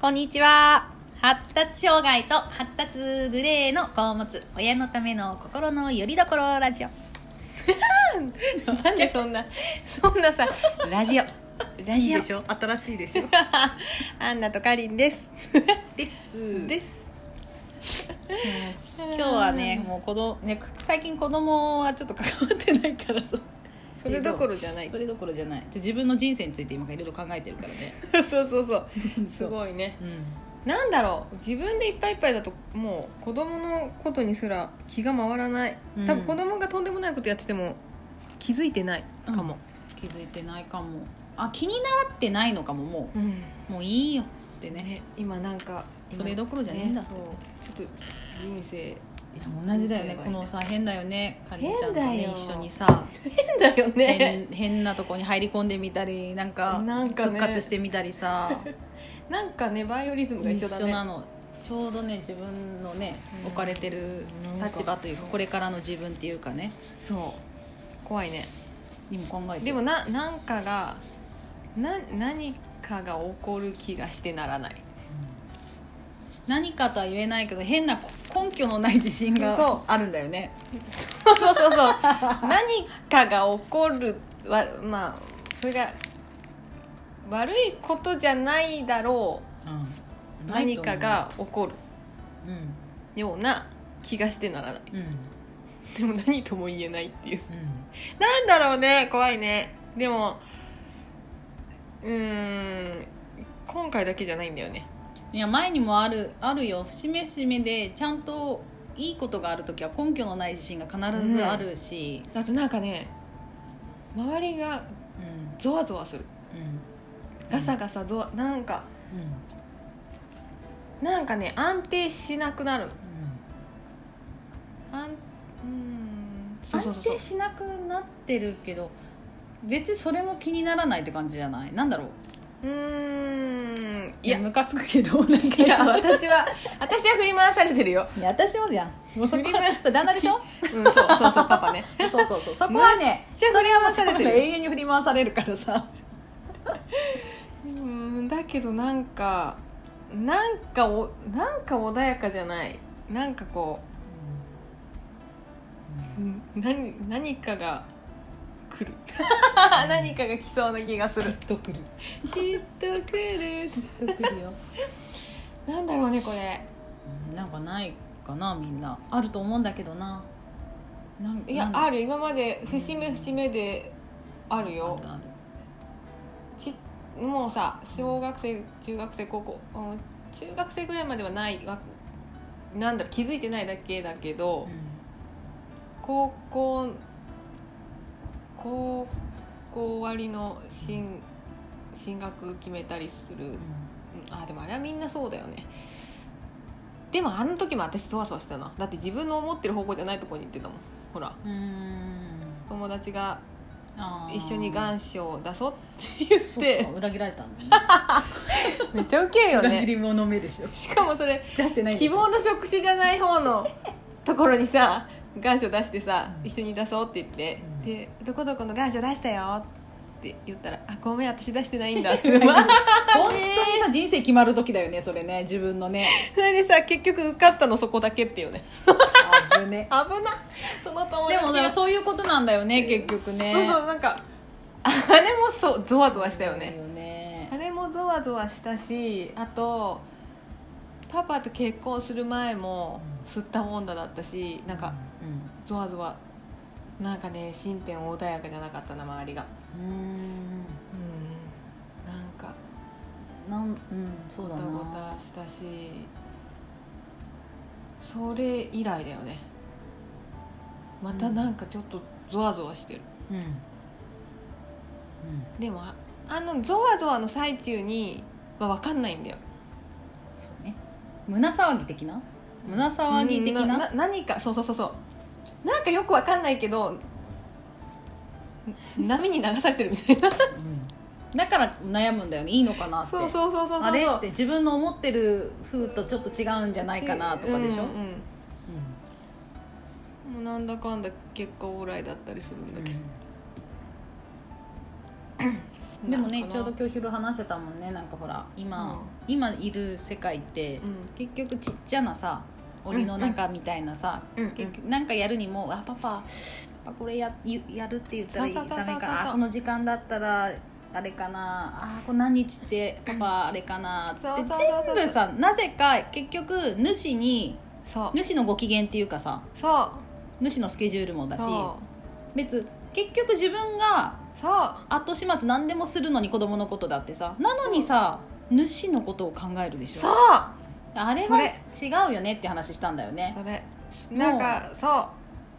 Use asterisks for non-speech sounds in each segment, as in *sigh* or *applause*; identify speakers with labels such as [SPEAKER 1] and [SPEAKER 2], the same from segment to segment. [SPEAKER 1] こんにちは。発達障害と発達グレーの子を持つ親のための心の拠り所ラジオ。
[SPEAKER 2] *laughs* なんでそんなそんなさラジオラジ
[SPEAKER 1] い
[SPEAKER 2] オ
[SPEAKER 1] いでしょ新しいでしょ
[SPEAKER 2] アンナとカリンです
[SPEAKER 1] です。
[SPEAKER 2] す
[SPEAKER 1] 今日はね、もう子供、ね、最近子供はちょっと関わってないからさ。
[SPEAKER 2] *laughs* それどころじゃない
[SPEAKER 1] それどころじゃない。自分の人生について今からいろいろ考えてるからね。
[SPEAKER 2] そうそ
[SPEAKER 1] *laughs*
[SPEAKER 2] うそうすごいね
[SPEAKER 1] うん。
[SPEAKER 2] なんだろう自分でいっぱいいっぱいだともう子供のことにすら気が回らない
[SPEAKER 1] うん
[SPEAKER 2] 多分子供がとんでもないことやってても気づいてないかも、
[SPEAKER 1] 気づいてないかも。あ、気になってないのかも、も
[SPEAKER 2] うん
[SPEAKER 1] う。もういいよってね。
[SPEAKER 2] ね、今なんか今
[SPEAKER 1] それどころじゃねえんだ
[SPEAKER 2] そうちょっと人生
[SPEAKER 1] 同じだよね
[SPEAKER 2] 人生は
[SPEAKER 1] このさ変だよねかりんちゃんと
[SPEAKER 2] 変だ
[SPEAKER 1] ね
[SPEAKER 2] よ
[SPEAKER 1] 一緒にさ
[SPEAKER 2] 変だよね
[SPEAKER 1] 変変なとこに入り込んでみたりなんか
[SPEAKER 2] なんかね
[SPEAKER 1] 復活してみたりさ
[SPEAKER 2] なんかねバイオリズムが一
[SPEAKER 1] 一
[SPEAKER 2] 緒だ
[SPEAKER 1] 緒な
[SPEAKER 2] ね
[SPEAKER 1] のちょうどね自分のね
[SPEAKER 2] うん
[SPEAKER 1] 置かれてる
[SPEAKER 2] なんか
[SPEAKER 1] 立場というかこれからの自分っていうかね
[SPEAKER 2] そう怖いね
[SPEAKER 1] にも考えて
[SPEAKER 2] でもな何かがな何かが起こる気がしてならない
[SPEAKER 1] 何かとは言えないけど変な根拠のない自信
[SPEAKER 2] そう
[SPEAKER 1] があるんだよね
[SPEAKER 2] そうそうそう何かが起こるはまあそれが悪いことじゃないだろ
[SPEAKER 1] うん
[SPEAKER 2] う
[SPEAKER 1] ない
[SPEAKER 2] 何
[SPEAKER 1] と思う
[SPEAKER 2] かが起こる
[SPEAKER 1] うん
[SPEAKER 2] ような気がしてならない
[SPEAKER 1] うんうん
[SPEAKER 2] でも何とも言えないっていうなんだろうね怖いねでもうーん今回だけじゃないんだよね
[SPEAKER 1] いや前にもあるあるよ節目節目でちゃんといいことがある時は根拠のない自信が必ずあるし、
[SPEAKER 2] あとなんかね周りが
[SPEAKER 1] うん
[SPEAKER 2] ゾワゾワする
[SPEAKER 1] うん
[SPEAKER 2] ガサガサゾワなんか
[SPEAKER 1] うん
[SPEAKER 2] なんかね安定しなくなるの
[SPEAKER 1] うん
[SPEAKER 2] 安うーんそうそう
[SPEAKER 1] 安
[SPEAKER 2] そう
[SPEAKER 1] 定しなくなってるけど別にそれも気にならないって感じじゃないなんだろう
[SPEAKER 2] うーんい
[SPEAKER 1] い
[SPEAKER 2] や
[SPEAKER 1] ムカつくけどなんか
[SPEAKER 2] *laughs* いや私は私は振り回されてるよ、
[SPEAKER 1] いや私もじゃんもうそこはそう旦那でしょ
[SPEAKER 2] うん、そうそうそうパパ *laughs* ね
[SPEAKER 1] そうそう *laughs* そうそこはね
[SPEAKER 2] じゃ振り回され
[SPEAKER 1] 永
[SPEAKER 2] てる
[SPEAKER 1] 遠に振り回されるからさ
[SPEAKER 2] うーんだけどなんかなんかおなんか穏やかじゃないなんかこううん何何かが来る *laughs* 何かが来そうな気がする
[SPEAKER 1] とくる
[SPEAKER 2] きっと来る
[SPEAKER 1] とくるよ
[SPEAKER 2] なんだろうねこれ
[SPEAKER 1] なんかないかなみんなあると思うんだけどななん
[SPEAKER 2] いや、
[SPEAKER 1] なん
[SPEAKER 2] ある今まで節目節目であるよ
[SPEAKER 1] あるある
[SPEAKER 2] ちもうさ小学生中学生高校うん中学生ぐらいまではないわなんだろう気づいてないだけだけど、高校高校終わりの進進学決めたりする、うんあでもあれはみんなそうだよねでもあの時も私そわそわしたなだって自分の思ってる方向じゃないとこに行ってたもんほら
[SPEAKER 1] うんうん
[SPEAKER 2] 友達が
[SPEAKER 1] あー
[SPEAKER 2] 一緒に願書を出そうって言っ
[SPEAKER 1] そってか裏切られた
[SPEAKER 2] *laughs*
[SPEAKER 1] んだね
[SPEAKER 2] めっちゃウケるよ
[SPEAKER 1] 裏切
[SPEAKER 2] ね
[SPEAKER 1] り者目でしょ
[SPEAKER 2] *laughs*
[SPEAKER 1] *laughs*
[SPEAKER 2] しかもそれ
[SPEAKER 1] 出してないで
[SPEAKER 2] 希
[SPEAKER 1] しょ
[SPEAKER 2] 望の職種じゃない
[SPEAKER 1] *laughs*
[SPEAKER 2] 方のところにさ願書出してさ一緒に出そうって言って
[SPEAKER 1] うん
[SPEAKER 2] 「でどこどこの願書出したよ」って言ったら「あごめん私出してない
[SPEAKER 1] *laughs*
[SPEAKER 2] んだ」って
[SPEAKER 1] 本
[SPEAKER 2] まあ
[SPEAKER 1] 当にさ人生決まる時だよねそれね自分のね
[SPEAKER 2] *laughs* それでさ結局受かったのそこだけっていうね
[SPEAKER 1] 危ね
[SPEAKER 2] *laughs* 危なその友達
[SPEAKER 1] でもだから
[SPEAKER 2] そ
[SPEAKER 1] そういうことなんだよね結局ね
[SPEAKER 2] うそうなんかあれもそうゾワゾワしたよね
[SPEAKER 1] だよね
[SPEAKER 2] あれもゾワゾワしたしあとパパと結婚する前も吸ったもんだだったしなんかゾワゾワなんかね身辺穏やかじゃなかったな周りが
[SPEAKER 1] うんうん
[SPEAKER 2] うんなんか
[SPEAKER 1] なんうんそう
[SPEAKER 2] ご
[SPEAKER 1] だ
[SPEAKER 2] た
[SPEAKER 1] な
[SPEAKER 2] ごたしたしそれ以来だよねまたなんかちょっとゾワゾワしてる
[SPEAKER 1] うんうん
[SPEAKER 2] でもああのゾワゾワの最中には分かんないんだよ
[SPEAKER 1] そうね胸騒ぎ的な胸騒ぎ的
[SPEAKER 2] うん
[SPEAKER 1] な
[SPEAKER 2] 何かそうそうそうそうなんかよくわかんないけど波に流されてるみ
[SPEAKER 1] *laughs*
[SPEAKER 2] たいな
[SPEAKER 1] うんだから悩むんだよねいいのかなって
[SPEAKER 2] そうそうそうそうそう
[SPEAKER 1] あれって自分の思ってる風とちょっと違うんじゃないかなとかでしょ、
[SPEAKER 2] うんうんもうなんだかんだ結果オーライだったりするんだけど、
[SPEAKER 1] でもね
[SPEAKER 2] なん
[SPEAKER 1] ちょ
[SPEAKER 2] か
[SPEAKER 1] う
[SPEAKER 2] な
[SPEAKER 1] ど今日昼話してたもんねなんかほら今、
[SPEAKER 2] うん
[SPEAKER 1] 今いる世界って、
[SPEAKER 2] うん
[SPEAKER 1] 結局ちっちゃなさ檻の中みたいなさ、
[SPEAKER 2] うんうん
[SPEAKER 1] 結局なんかやるにも「あパパパこれやゆやるって言ったらいい
[SPEAKER 2] そうそうそ
[SPEAKER 1] ダ
[SPEAKER 2] うそう
[SPEAKER 1] メかなあこの時間だったらあれかなあこれ何日ってパパあれかな」
[SPEAKER 2] そう
[SPEAKER 1] っ
[SPEAKER 2] そ
[SPEAKER 1] て
[SPEAKER 2] うそうそう
[SPEAKER 1] 全部さなぜか結局主に
[SPEAKER 2] そう
[SPEAKER 1] 主のご機嫌っていうかさ
[SPEAKER 2] そう
[SPEAKER 1] 主のスケジュールもだし
[SPEAKER 2] そう
[SPEAKER 1] 別結局自分が
[SPEAKER 2] そう
[SPEAKER 1] 後始末何でもするのに子供のことだってさなのにさ主のことを考えるでし
[SPEAKER 2] そ
[SPEAKER 1] ょ
[SPEAKER 2] う
[SPEAKER 1] あれ
[SPEAKER 2] そ
[SPEAKER 1] は
[SPEAKER 2] れ
[SPEAKER 1] 違うよねって話したんだよね
[SPEAKER 2] それ
[SPEAKER 1] う
[SPEAKER 2] なんかそ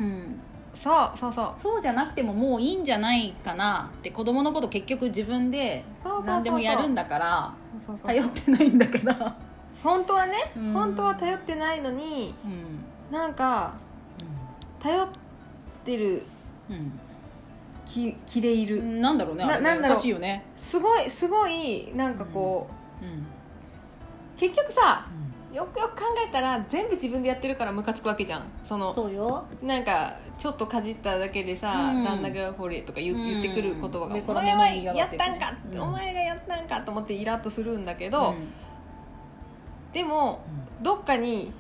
[SPEAKER 2] う
[SPEAKER 1] うん、
[SPEAKER 2] そうそうそう
[SPEAKER 1] そうじゃなくてももういいんじゃないかなって子供のこと結局自分で
[SPEAKER 2] そうそうそうそう
[SPEAKER 1] 何でもやるんだから
[SPEAKER 2] そうそうそう
[SPEAKER 1] 頼ってないんだから
[SPEAKER 2] 本当はね
[SPEAKER 1] うん
[SPEAKER 2] 本当は頼ってないのに
[SPEAKER 1] うん
[SPEAKER 2] なんか頼ってる
[SPEAKER 1] うん
[SPEAKER 2] 気気でいる、
[SPEAKER 1] うん、なんだろうね
[SPEAKER 2] な
[SPEAKER 1] あれ
[SPEAKER 2] なん
[SPEAKER 1] ねお
[SPEAKER 2] だろう
[SPEAKER 1] かしいよね
[SPEAKER 2] すごいすごいなんかこう、
[SPEAKER 1] うん
[SPEAKER 2] 結局さよくよく考えたら全部自分でやってるからムカつくわけじゃんその
[SPEAKER 1] そうよ
[SPEAKER 2] なんかちょっとかじっただけでさ、
[SPEAKER 1] うん
[SPEAKER 2] 旦那がほれとか言,、
[SPEAKER 1] うん
[SPEAKER 2] 言ってくる言葉が「
[SPEAKER 1] 上か
[SPEAKER 2] お
[SPEAKER 1] ら
[SPEAKER 2] 前は
[SPEAKER 1] 目にや
[SPEAKER 2] や
[SPEAKER 1] がっ
[SPEAKER 2] って
[SPEAKER 1] くる
[SPEAKER 2] たんか」って、
[SPEAKER 1] うん
[SPEAKER 2] お前がやったんか」と思ってイラッとするんだけど、
[SPEAKER 1] うん
[SPEAKER 2] でも
[SPEAKER 1] うん
[SPEAKER 2] どっかに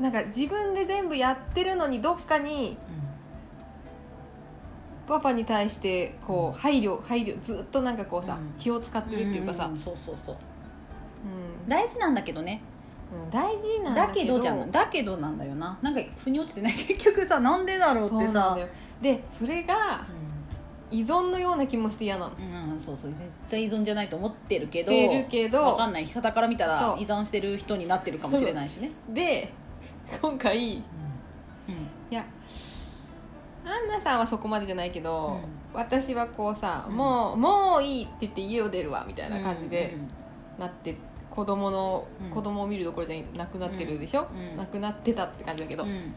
[SPEAKER 2] なんか自分で全部やってるのにどっかにパパに対してこう配慮配慮ずっとなんかこうさ、
[SPEAKER 1] うん
[SPEAKER 2] 気を使っ
[SPEAKER 1] うん
[SPEAKER 2] てるっていうかさ、
[SPEAKER 1] んそうそうそう
[SPEAKER 2] うん
[SPEAKER 1] 大事なんだけどね
[SPEAKER 2] うん大事なんだ
[SPEAKER 1] だ
[SPEAKER 2] け
[SPEAKER 1] け
[SPEAKER 2] ど
[SPEAKER 1] どじゃんだけどなんだよななんか腑に落ちてない *laughs* 結局さなんでだろう
[SPEAKER 2] そう
[SPEAKER 1] って
[SPEAKER 2] なん
[SPEAKER 1] さ
[SPEAKER 2] だよでそれが依存のような気もして嫌なの
[SPEAKER 1] うん、うん、そうそう絶対依存じゃないと思ってるけど
[SPEAKER 2] してるけど
[SPEAKER 1] わかんない方から見たら
[SPEAKER 2] そう
[SPEAKER 1] 依存してる人になってるかもしれないしね
[SPEAKER 2] で今回い
[SPEAKER 1] うん
[SPEAKER 2] やアンナさんはそこまでじゃないけど、
[SPEAKER 1] う
[SPEAKER 2] 私はこうさ、
[SPEAKER 1] うん
[SPEAKER 2] もうもういいって言って家を出るわみたいな感じで、
[SPEAKER 1] うん
[SPEAKER 2] なって子供の、
[SPEAKER 1] うん
[SPEAKER 2] 子供を見るどころじゃなくなってるでしょ、
[SPEAKER 1] うんうん
[SPEAKER 2] なくなってたって感じだけど、
[SPEAKER 1] うんうん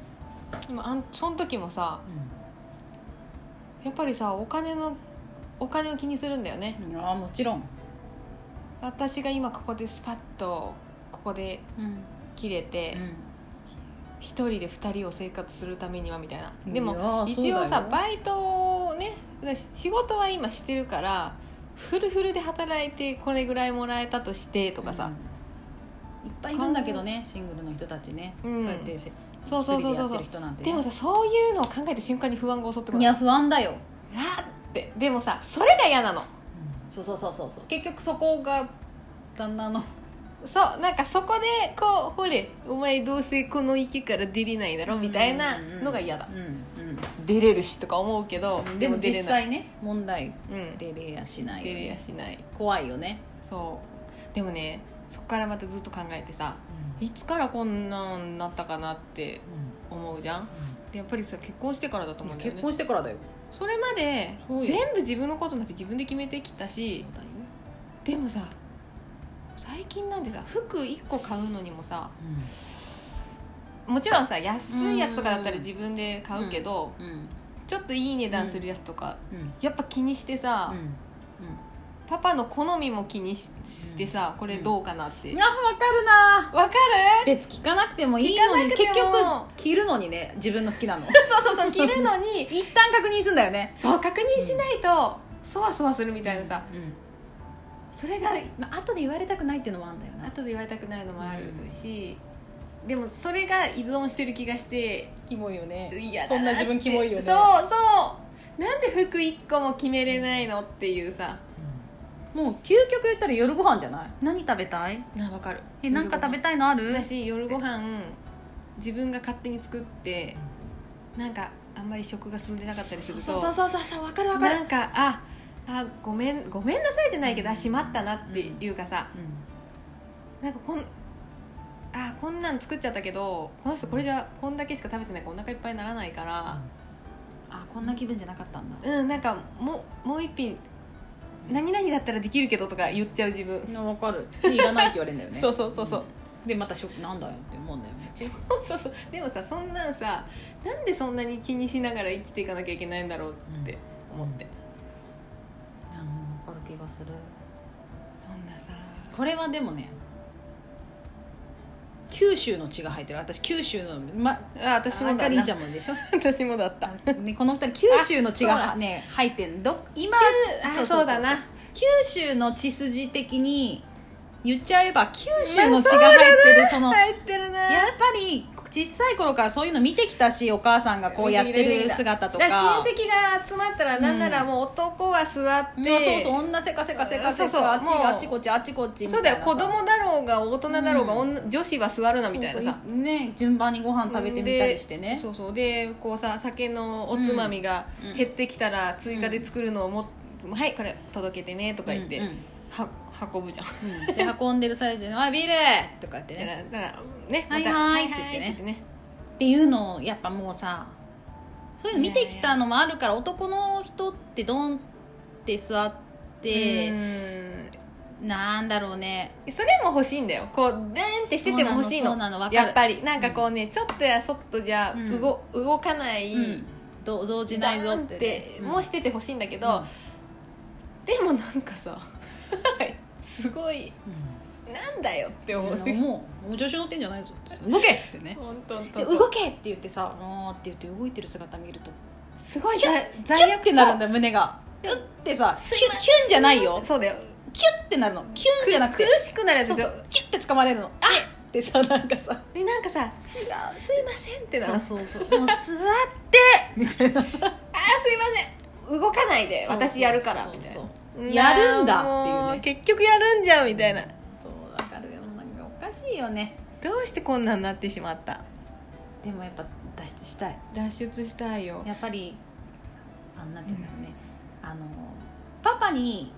[SPEAKER 2] でもあんその時もさやっぱりさお金のお金を気にするんだよね
[SPEAKER 1] うんいやもちろん、
[SPEAKER 2] 私が今ここでスパッとここで
[SPEAKER 1] うん
[SPEAKER 2] 切れて一、人で二人を生活するためにはみたいなで
[SPEAKER 1] いや
[SPEAKER 2] も
[SPEAKER 1] ー
[SPEAKER 2] 一応
[SPEAKER 1] そうだ
[SPEAKER 2] さ
[SPEAKER 1] よ
[SPEAKER 2] バイトをねし仕事は今してるからフルフルで働いてこれぐらいもらえたとしてとかさ、
[SPEAKER 1] うんいっぱいいるんだけどねシングルの人たちね、
[SPEAKER 2] うん
[SPEAKER 1] そうやってせ
[SPEAKER 2] そうそうそうそ
[SPEAKER 1] 一人でやっ
[SPEAKER 2] う
[SPEAKER 1] て
[SPEAKER 2] そう
[SPEAKER 1] る人なんてね
[SPEAKER 2] でもさそういうのを考えた瞬間に不安が襲ってくる
[SPEAKER 1] いや不安だよ
[SPEAKER 2] うわーってでもさそれが嫌なの
[SPEAKER 1] そうそうそうそうそう結局そこが旦那の
[SPEAKER 2] そうなんかそこでこうほれお前どうせこの池から出れないだろみたいなのが嫌だ、
[SPEAKER 1] うんうん
[SPEAKER 2] 出れるしとか思うけど
[SPEAKER 1] でも
[SPEAKER 2] 出れ
[SPEAKER 1] 実
[SPEAKER 2] ない
[SPEAKER 1] 際ね問題
[SPEAKER 2] うん出
[SPEAKER 1] 出れやしないよ
[SPEAKER 2] れや
[SPEAKER 1] ね
[SPEAKER 2] しない
[SPEAKER 1] 怖いよね
[SPEAKER 2] そうでもねそこからまたずっと考えてさいつからこんなんなったかなって思うじゃんでやっぱりさ結婚してからだと思うんだよ
[SPEAKER 1] 結
[SPEAKER 2] ね
[SPEAKER 1] 婚してからだよ
[SPEAKER 2] それまで
[SPEAKER 1] そうよ
[SPEAKER 2] 全部自分のことなんて自分で決めてきたしでもさ最近なんてさ服1個買うのにもさもちろんさ安いやつとかだったら自分で買うけど、
[SPEAKER 1] うんうん
[SPEAKER 2] ちょっといい値段するやつとか、
[SPEAKER 1] うん
[SPEAKER 2] やっぱ気にしてさ、パパの好みも気にししてさこれどうかなって、
[SPEAKER 1] あ分かるな
[SPEAKER 2] わかる *laughs*
[SPEAKER 1] 別聞かなくてもいいのに
[SPEAKER 2] 聞かなく
[SPEAKER 1] 結
[SPEAKER 2] て
[SPEAKER 1] 局
[SPEAKER 2] も
[SPEAKER 1] 着るのにね自分の好きな *laughs* の
[SPEAKER 2] そうそうそう着るのに
[SPEAKER 1] 一旦確認すんだよね
[SPEAKER 2] そう確認しないとそわそわするみたいなさ
[SPEAKER 1] うん
[SPEAKER 2] それが
[SPEAKER 1] まあ後で言われたくないっていうのもあるんだよな
[SPEAKER 2] 後で言われたくないのもあるし、でもそれが依存してる気がして
[SPEAKER 1] キモいよね
[SPEAKER 2] 嫌だ
[SPEAKER 1] そんな自分キモいよね
[SPEAKER 2] そうそうなんで服1個も決めれないのっていうさ
[SPEAKER 1] もう究極言ったら夜ご飯じゃない何食べたい
[SPEAKER 2] なわかる
[SPEAKER 1] えなんか食べたいのある
[SPEAKER 2] 私夜ご飯自分が勝手に作ってなんかあんまり食が進んでなかったりする
[SPEAKER 1] そうそう
[SPEAKER 2] と
[SPEAKER 1] そうそうそう分かる分か
[SPEAKER 2] な
[SPEAKER 1] る
[SPEAKER 2] んかああごめんごめんなさいじゃないけどあしまったなっていうかさ、なんかこんあこんなん作っちゃったけどこの人これじゃこんだけしか食べてないからお腹いっぱいにならないから
[SPEAKER 1] あこんな気分じゃなかったんだ
[SPEAKER 2] うんなんかもうもう一品何々だったらできるけどとか言っちゃう自分
[SPEAKER 1] 分かるいらないって言われるんだよね
[SPEAKER 2] そうそうそうそう
[SPEAKER 1] うんでまたショックなんだよって思うんだよね
[SPEAKER 2] そうそうそうでもさそんなんさなんでそんなに気にしながら生きていかなきゃいけないんだろうって思って、
[SPEAKER 1] 分かる気がする
[SPEAKER 2] そんなさ
[SPEAKER 1] これはでもね九州の血が入ってる私九州の、ま、
[SPEAKER 2] あ私もだ
[SPEAKER 1] かり
[SPEAKER 2] なん
[SPEAKER 1] ちゃんもでしょ
[SPEAKER 2] *laughs* 私もだった
[SPEAKER 1] ね、この二人九州の血
[SPEAKER 2] あそう
[SPEAKER 1] が
[SPEAKER 2] だ
[SPEAKER 1] ね入ってんど今
[SPEAKER 2] あそうだな
[SPEAKER 1] 九州の血筋的に言っちゃえば九州の血が入ってるそのやっ
[SPEAKER 2] 入ってるな
[SPEAKER 1] ぱり小さい頃からそういうの見てきたしお母さんがこうやってる姿とか
[SPEAKER 2] だら親戚が集まったらなんならもう男は座って、
[SPEAKER 1] うんそうそう女せかせかせかせ
[SPEAKER 2] そ
[SPEAKER 1] か
[SPEAKER 2] うそう
[SPEAKER 1] あっち
[SPEAKER 2] もう
[SPEAKER 1] あっちこっちあっちこっちみた
[SPEAKER 2] そ
[SPEAKER 1] いう
[SPEAKER 2] だ
[SPEAKER 1] なさ
[SPEAKER 2] よ子供だろうが大人だろうが、
[SPEAKER 1] うん
[SPEAKER 2] 女女子は座るなみたいなさ
[SPEAKER 1] ね順番にご飯食べてみたりして
[SPEAKER 2] で
[SPEAKER 1] ね
[SPEAKER 2] そうそうでこうさ酒のおつまみが
[SPEAKER 1] うん
[SPEAKER 2] 減ってきたら追加で作るのをもっ、はいこれ届けてね」とか言って、
[SPEAKER 1] うんうん
[SPEAKER 2] は運ぶじゃん
[SPEAKER 1] うんで運んでる最中に「おいビール!」とか言ってね
[SPEAKER 2] だからだからね
[SPEAKER 1] はいはい
[SPEAKER 2] はい
[SPEAKER 1] って言ってね
[SPEAKER 2] はいってね
[SPEAKER 1] っていうのをやっぱもうさそういうの見てきたのもあるから男の人ってドンって座って
[SPEAKER 2] う
[SPEAKER 1] なんだろうね
[SPEAKER 2] んそれも欲しいんだよこうデーンってしてても欲しいの
[SPEAKER 1] そうなのそうなのわかる
[SPEAKER 2] やっぱりなんかこうね、ちょっとやそっとじゃ、
[SPEAKER 1] うん
[SPEAKER 2] 動動かない、
[SPEAKER 1] うんど動じ
[SPEAKER 2] ダ
[SPEAKER 1] ないぞ
[SPEAKER 2] ーン
[SPEAKER 1] っ
[SPEAKER 2] って
[SPEAKER 1] ね
[SPEAKER 2] て
[SPEAKER 1] うん
[SPEAKER 2] もしててほしいんだけど、でもなんかさ *laughs* すごいなんだよって
[SPEAKER 1] うん
[SPEAKER 2] 思う、
[SPEAKER 1] うんもうもう調子乗ってんじゃないぞ動けってね
[SPEAKER 2] 本当本当
[SPEAKER 1] で動けって言ってさ「もう」って言って動いてる姿見ると
[SPEAKER 2] すごい罪
[SPEAKER 1] キ
[SPEAKER 2] 罪
[SPEAKER 1] ュッ
[SPEAKER 2] 悪
[SPEAKER 1] てなるんだよ胸がうってさキュッキュンじゃないよ
[SPEAKER 2] そうだよ
[SPEAKER 1] キュッてなるのキュンじゃなく
[SPEAKER 2] 苦
[SPEAKER 1] て
[SPEAKER 2] しくなるやつ
[SPEAKER 1] そう
[SPEAKER 2] でし
[SPEAKER 1] そ
[SPEAKER 2] ょ
[SPEAKER 1] うキュッて掴まれるのあっってさなんかさ
[SPEAKER 2] でなんかさ「すすいません」ってなる「あーす
[SPEAKER 1] そうそうそうもう座ってみたいなさ
[SPEAKER 2] いません動かないで私やるから」みたい
[SPEAKER 1] そう
[SPEAKER 2] な
[SPEAKER 1] そうそうやるんだ
[SPEAKER 2] なあ
[SPEAKER 1] っていう
[SPEAKER 2] も
[SPEAKER 1] ね
[SPEAKER 2] 結局やるんじゃんみたいな
[SPEAKER 1] そうわかるよなんかおかしいよね
[SPEAKER 2] どうしてこんなんなってしまった
[SPEAKER 1] でもやっぱ脱出したい
[SPEAKER 2] 脱出したいよ
[SPEAKER 1] やっぱりあんなんていうんだろうね、あのパパに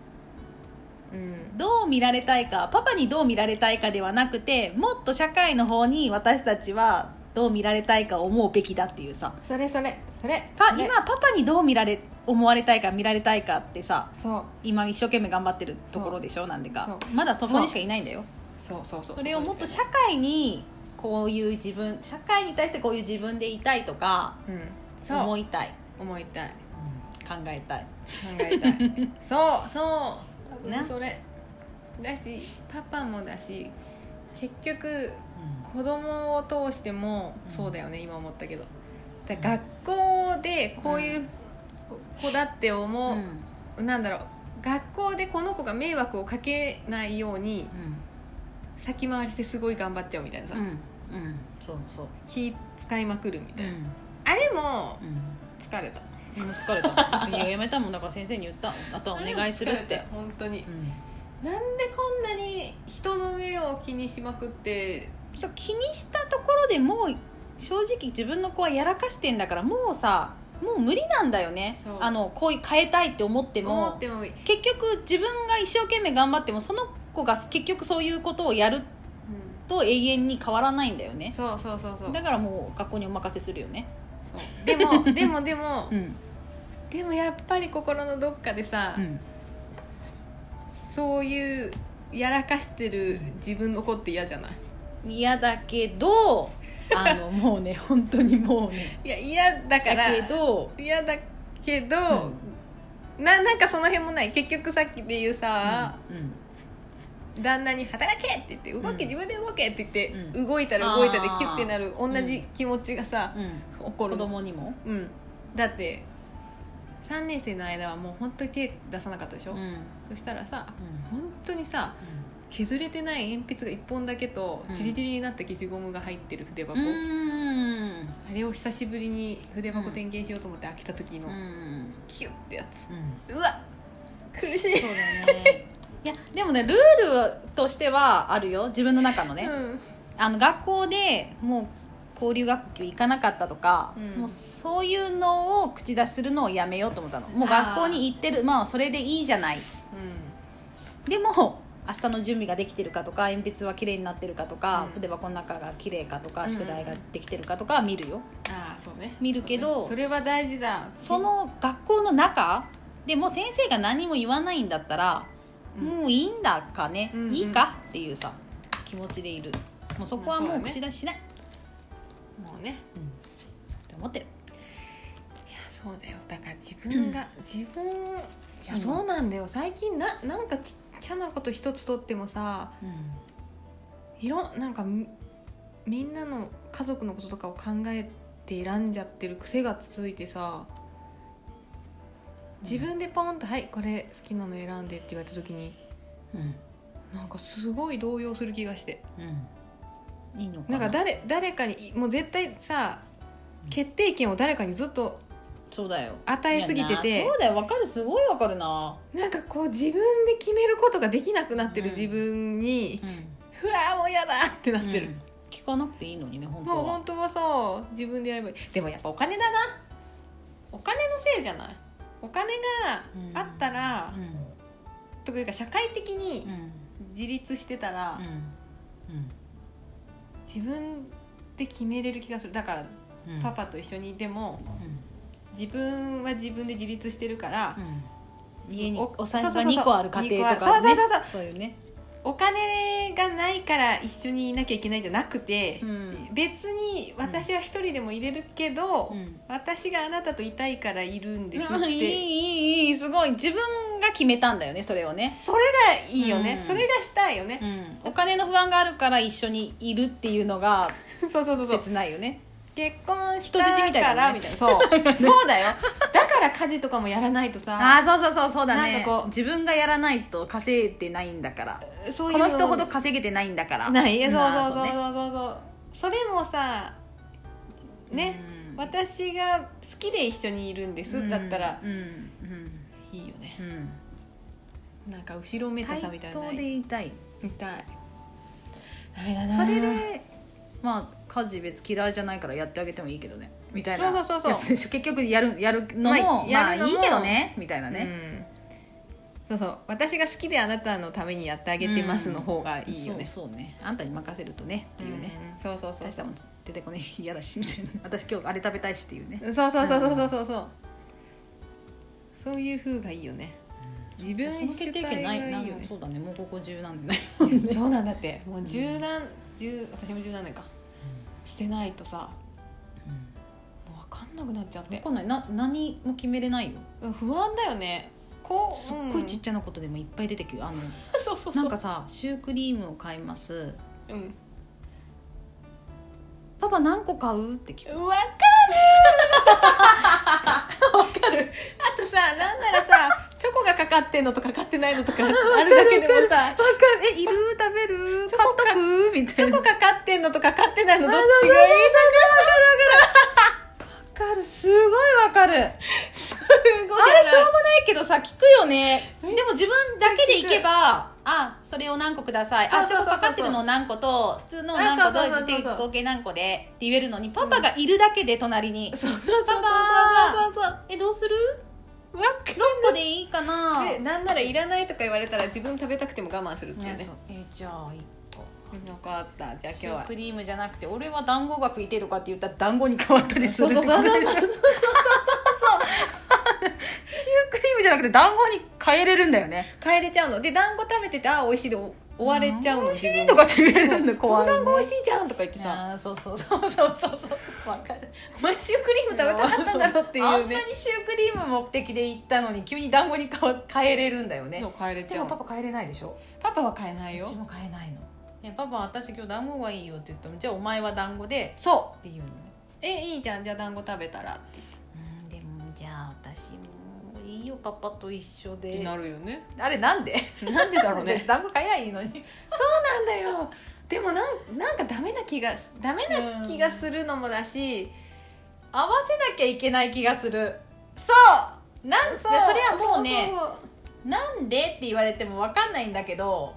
[SPEAKER 2] うん
[SPEAKER 1] どう見られたいかパパにどう見られたいかではなくてもっと社会の方に私たちはどう見られたいか思うべきだっていうさ
[SPEAKER 2] それそれそれ
[SPEAKER 1] パ
[SPEAKER 2] それ
[SPEAKER 1] 今パパにどう見られ思われたいか見られたいかってさ
[SPEAKER 2] そう
[SPEAKER 1] 今一生懸命頑張ってるところでしょなんでか
[SPEAKER 2] そう
[SPEAKER 1] まだそこにしかいないんだよ
[SPEAKER 2] そうそうそう
[SPEAKER 1] それをもっと社会にこういう自分社会に対してこういう自分でいたいとか
[SPEAKER 2] うんそう
[SPEAKER 1] 思
[SPEAKER 2] 思い
[SPEAKER 1] いたい、
[SPEAKER 2] たい
[SPEAKER 1] 考えたい
[SPEAKER 2] 考えた *laughs* いそうそう多
[SPEAKER 1] ね
[SPEAKER 2] 分それだしパパもだし結局子供を通しても
[SPEAKER 1] うん
[SPEAKER 2] そうだよね、今思ったけどだ
[SPEAKER 1] ん
[SPEAKER 2] 学校でこういう子だって
[SPEAKER 1] う
[SPEAKER 2] 思
[SPEAKER 1] ん
[SPEAKER 2] う、なんだろう学校でこの子が迷惑をかけないように先回りしてすごい頑張っちゃうみたいなさ、
[SPEAKER 1] うんうんそうそう
[SPEAKER 2] 気使いまくるみた
[SPEAKER 1] う
[SPEAKER 2] いな、
[SPEAKER 1] ん
[SPEAKER 2] あれも
[SPEAKER 1] うん
[SPEAKER 2] 疲れた
[SPEAKER 1] もう疲れた次やめたもんだから先生に言ったあとはお願いするっ
[SPEAKER 2] あれ
[SPEAKER 1] て
[SPEAKER 2] も疲れた本当に
[SPEAKER 1] う、ん
[SPEAKER 2] なんでこんなに人の目を気にしまくって
[SPEAKER 1] そう気にしたところでもう正直自分の子はやらかしてんだからもうさもう無理なんだよね
[SPEAKER 2] そう
[SPEAKER 1] あのこういう変えたいって思って
[SPEAKER 2] 思
[SPEAKER 1] も
[SPEAKER 2] ってもいい
[SPEAKER 1] 結局自分が一生懸命頑張ってもその子が結局そういうことをやると永遠に変わらないんだよね
[SPEAKER 2] そうそうそうそう
[SPEAKER 1] だからもう学校にお任せするよね *laughs*
[SPEAKER 2] そうでもでもでも、
[SPEAKER 1] うん
[SPEAKER 2] でもやっぱり心のどっかでさ、
[SPEAKER 1] うん
[SPEAKER 2] そういうやらかしてる自分の子って嫌じゃない
[SPEAKER 1] 嫌だけどあ
[SPEAKER 2] *laughs*
[SPEAKER 1] のもうね本当にもうね
[SPEAKER 2] いや嫌だか
[SPEAKER 1] だけ
[SPEAKER 2] ら
[SPEAKER 1] ど
[SPEAKER 2] 嫌だけど、ななんかその辺もない結局さっきで言うさ、
[SPEAKER 1] うんうん
[SPEAKER 2] 旦那に「働け!」って言って「動け、
[SPEAKER 1] うん
[SPEAKER 2] 自分で動け!」って言って、
[SPEAKER 1] う
[SPEAKER 2] 動いたら動いたで
[SPEAKER 1] あー
[SPEAKER 2] キュッてなる同じ気持ちがさ、
[SPEAKER 1] うん
[SPEAKER 2] 起こる
[SPEAKER 1] 子
[SPEAKER 2] の
[SPEAKER 1] 供にも
[SPEAKER 2] うん、だって3年生の間はもう本当に手出さなかったでしょ、
[SPEAKER 1] うんうん
[SPEAKER 2] そしたらさ本当にさ削れてない鉛筆が1本だけと
[SPEAKER 1] うん
[SPEAKER 2] チリチリになった消しゴムが入ってる筆
[SPEAKER 1] う
[SPEAKER 2] 箱、
[SPEAKER 1] ーん
[SPEAKER 2] あれを久しぶりに筆箱点検しようと思って開けた時の、
[SPEAKER 1] うん
[SPEAKER 2] キュッてやつ
[SPEAKER 1] うん
[SPEAKER 2] うわ苦しい
[SPEAKER 1] そうだねいやでもねルールとしてはあるよ自分の中のね、
[SPEAKER 2] うん
[SPEAKER 1] あの学校でもう交流学級行かなかったとか、
[SPEAKER 2] うん
[SPEAKER 1] もうそういうのを口出しするのをやめようと思ったのもう
[SPEAKER 2] あー
[SPEAKER 1] 学校に行ってるまあそれでいいじゃないでも明日の準備ができてるかとか鉛筆は綺麗になってるかとか、
[SPEAKER 2] うん
[SPEAKER 1] 筆箱の中が綺麗かとか、
[SPEAKER 2] うん
[SPEAKER 1] 宿題ができてるかとかは見るよ
[SPEAKER 2] ああそうね
[SPEAKER 1] 見るけど
[SPEAKER 2] そうねそれは大事だ
[SPEAKER 1] その学校の中でもう先生が何も言わないんだったら、
[SPEAKER 2] うん
[SPEAKER 1] もういいんだかね、
[SPEAKER 2] うんうん
[SPEAKER 1] いいかっていうさ気持ちでいるもうそこは
[SPEAKER 2] ま
[SPEAKER 1] も
[SPEAKER 2] あ
[SPEAKER 1] う
[SPEAKER 2] そうだね
[SPEAKER 1] 口出ししない、
[SPEAKER 2] もうね
[SPEAKER 1] って思ってる
[SPEAKER 2] いやそうだよだから自分が、自分いや
[SPEAKER 1] うん
[SPEAKER 2] そうなんだよ最近ななんかちっちゃなこと一つとってもさいろんなんかむみんなの家族のこととかを考えて選んじゃってる癖が続いてさ自分でポンと「はいこれ好きなの選んで」って言われた時に
[SPEAKER 1] うん
[SPEAKER 2] なんかすごい動揺する気がして
[SPEAKER 1] うんいいのか
[SPEAKER 2] な
[SPEAKER 1] なん
[SPEAKER 2] か誰誰かにもう絶対さ決定権を誰かにずっと
[SPEAKER 1] そうだよ
[SPEAKER 2] 与えすぎてて
[SPEAKER 1] いやなそうだよわかるすごいわかるな
[SPEAKER 2] なんかこう自分で決めることができなくなってる
[SPEAKER 1] うん
[SPEAKER 2] 自分に、
[SPEAKER 1] う
[SPEAKER 2] ふわーもう嫌だってなってる、
[SPEAKER 1] うん聞かなくていいのにね本当
[SPEAKER 2] もう
[SPEAKER 1] は
[SPEAKER 2] 本当はさ自分でやればいいでもやっぱお金だなお金のせいじゃないお金があったら、
[SPEAKER 1] うん
[SPEAKER 2] というか社会的
[SPEAKER 1] う
[SPEAKER 2] に
[SPEAKER 1] ん
[SPEAKER 2] 自立してたら
[SPEAKER 1] う、ん
[SPEAKER 2] 自分で決めれる気がするだから
[SPEAKER 1] うん
[SPEAKER 2] パパと一緒にいても
[SPEAKER 1] うん
[SPEAKER 2] 自分は自分で自立してるから、
[SPEAKER 1] うん家に
[SPEAKER 2] お
[SPEAKER 1] お財布
[SPEAKER 2] そ
[SPEAKER 1] が
[SPEAKER 2] うそうそう
[SPEAKER 1] 2個ある家庭とか
[SPEAKER 2] 二個あ
[SPEAKER 1] ね
[SPEAKER 2] るそうそうそう
[SPEAKER 1] そういうね
[SPEAKER 2] お金がないから一緒にいなきゃいけないじゃなくて、
[SPEAKER 1] うん
[SPEAKER 2] 別に私は一人でも入れるけど、
[SPEAKER 1] うん
[SPEAKER 2] 私があなたといたいからいるんですっ
[SPEAKER 1] うんいい
[SPEAKER 2] て
[SPEAKER 1] いいいいすごい自分が決めたんだよねそれをね
[SPEAKER 2] それがいいよね、
[SPEAKER 1] うん
[SPEAKER 2] それがしたいよね、
[SPEAKER 1] お金の不安があるから一緒にいるっていうの *laughs* が
[SPEAKER 2] そうそうそうそう
[SPEAKER 1] 切ないよね
[SPEAKER 2] 結婚した
[SPEAKER 1] 人質みたい
[SPEAKER 2] か
[SPEAKER 1] だ
[SPEAKER 2] ら
[SPEAKER 1] ね
[SPEAKER 2] みたいなそう
[SPEAKER 1] *laughs*
[SPEAKER 2] そうだよだから家事とかもやらないとさ
[SPEAKER 1] ああそうそうそうそうだね
[SPEAKER 2] なんかこう
[SPEAKER 1] 自分がやらないと稼いでないんだから
[SPEAKER 2] そうい
[SPEAKER 1] こ
[SPEAKER 2] う
[SPEAKER 1] の人ほど稼げてないんだから
[SPEAKER 2] ないそうそう
[SPEAKER 1] まあ
[SPEAKER 2] そうそう
[SPEAKER 1] ね
[SPEAKER 2] そうそうそれもさね、
[SPEAKER 1] うん
[SPEAKER 2] 私が好きで一緒にいるんです、だったら
[SPEAKER 1] うん
[SPEAKER 2] いいよね
[SPEAKER 1] うんうん
[SPEAKER 2] なんか後ろめたさみ
[SPEAKER 1] 対
[SPEAKER 2] たいな
[SPEAKER 1] 等でいたい
[SPEAKER 2] みたいダメだな
[SPEAKER 1] それでまあ家事別嫌いじゃないからやってあげてもいいけどねみたいな
[SPEAKER 2] そうそうそうそう
[SPEAKER 1] やつでしょ結局やるやるのも、
[SPEAKER 2] まあや
[SPEAKER 1] まあ、
[SPEAKER 2] るのも
[SPEAKER 1] いいけどねみたいなね、
[SPEAKER 2] うん、そうそう私が好きであなたのためにやってあげてますの方がいいよね、
[SPEAKER 1] そうそうねあんたに任せるとねっていうね、
[SPEAKER 2] うんそうそうそう
[SPEAKER 1] 大し
[SPEAKER 2] そ
[SPEAKER 1] た
[SPEAKER 2] う
[SPEAKER 1] もん出てこない嫌だしみたいな私今日あれ食べたいしって
[SPEAKER 2] *laughs*
[SPEAKER 1] いうね
[SPEAKER 2] そうそうそうそうそうそうそういう風がいいよね自分主体がいいよ
[SPEAKER 1] なんか
[SPEAKER 2] ね
[SPEAKER 1] そうだねもうここ10なんでない
[SPEAKER 2] そうなんだってもう十何十私も十何年かしてないとさもう分かんなくなっちゃって
[SPEAKER 1] 分かんないな何も決めれないよ
[SPEAKER 2] うん不安だよねこう
[SPEAKER 1] すっごいちっ
[SPEAKER 2] ち
[SPEAKER 1] ちゃなことでもいっぱい出てくるあ
[SPEAKER 2] *laughs*
[SPEAKER 1] の
[SPEAKER 2] ゃいそうそうそ
[SPEAKER 1] な
[SPEAKER 2] うん
[SPEAKER 1] かさシュークリームを買います
[SPEAKER 2] うん
[SPEAKER 1] パパ何個買うって聞く
[SPEAKER 2] わかる *laughs* わかるあとさなんならさチョコがかかってんのとかかってないのとかあるだけでもさ
[SPEAKER 1] えいる食べる
[SPEAKER 2] チョ
[SPEAKER 1] 買
[SPEAKER 2] コ
[SPEAKER 1] っとくみ
[SPEAKER 2] チ
[SPEAKER 1] たい
[SPEAKER 2] ョ
[SPEAKER 1] な
[SPEAKER 2] コ
[SPEAKER 1] わ
[SPEAKER 2] かかってんのとかかってないのどっちがいいのか
[SPEAKER 1] かるすごいわかるあれ
[SPEAKER 2] す
[SPEAKER 1] しょうもないけどさ聞くよねでも自分だけでいけばあそれを何個くださいあチ
[SPEAKER 2] そ
[SPEAKER 1] ョ
[SPEAKER 2] うそ
[SPEAKER 1] コ
[SPEAKER 2] うそうそう
[SPEAKER 1] かかってるのを何個と普通のを何
[SPEAKER 2] あそうそうそう
[SPEAKER 1] 個と
[SPEAKER 2] そうそう
[SPEAKER 1] で合計何個でって言えるのにパパがいるだけで隣に
[SPEAKER 2] そうそうそうそうそうそう
[SPEAKER 1] えどうする
[SPEAKER 2] わかる
[SPEAKER 1] ?6 個でいいかな
[SPEAKER 2] でなんならいらないとか言われたら自分食べたくても我慢するっていう
[SPEAKER 1] ね
[SPEAKER 2] ね
[SPEAKER 1] そうえじゃあ1個
[SPEAKER 2] 分かったじゃあ今日
[SPEAKER 1] シュー
[SPEAKER 2] は
[SPEAKER 1] クリームじゃなくて俺は団子が食いてえとかって言ったら団子に変わったりす
[SPEAKER 2] そ
[SPEAKER 1] る
[SPEAKER 2] うそうそうそう
[SPEAKER 1] シュー
[SPEAKER 2] そうそう
[SPEAKER 1] クリームじゃなくて団子に変えれるんだよね
[SPEAKER 2] 変えれちゃうので団子食べててあ美味しいで終われちゃうの自分
[SPEAKER 1] とかって言えるんだ
[SPEAKER 2] こ
[SPEAKER 1] 怖
[SPEAKER 2] の
[SPEAKER 1] い、ね、
[SPEAKER 2] 団子美味しいじゃんとか言ってさ
[SPEAKER 1] あーそうそうそうそうそうそうわかる
[SPEAKER 2] お前シュークリーム食べたかったんだろうってい
[SPEAKER 1] あん
[SPEAKER 2] うね
[SPEAKER 1] なにシュークリーム目的で行ったのに急に団子に変わ変えれるんだよね
[SPEAKER 2] そう変えれち
[SPEAKER 1] で
[SPEAKER 2] ゃ
[SPEAKER 1] も
[SPEAKER 2] う
[SPEAKER 1] パパ変えれないでしょ
[SPEAKER 2] パパは変えないうよ
[SPEAKER 1] ちも変えないのえパパ私今日団子がいいよって言ってもじゃあお前は団子で
[SPEAKER 2] そ
[SPEAKER 1] っていうのね
[SPEAKER 2] うえいいじゃんじゃあ団子食べたらって
[SPEAKER 1] うんでもじゃあ私もいいよパパと一緒
[SPEAKER 2] って
[SPEAKER 1] で
[SPEAKER 2] なるよね
[SPEAKER 1] あれなんで
[SPEAKER 2] なんでだろ
[SPEAKER 1] *laughs*
[SPEAKER 2] うね
[SPEAKER 1] 団子買えばいいのに
[SPEAKER 2] *laughs* なんだよでもなんなんかダメな気がダメな気がするのもだし
[SPEAKER 1] 合わせなきゃいけない気がする
[SPEAKER 2] そう
[SPEAKER 1] なんでそ
[SPEAKER 2] そう
[SPEAKER 1] れはもうね
[SPEAKER 2] そうそう
[SPEAKER 1] なんでって言われても分かんないんだけど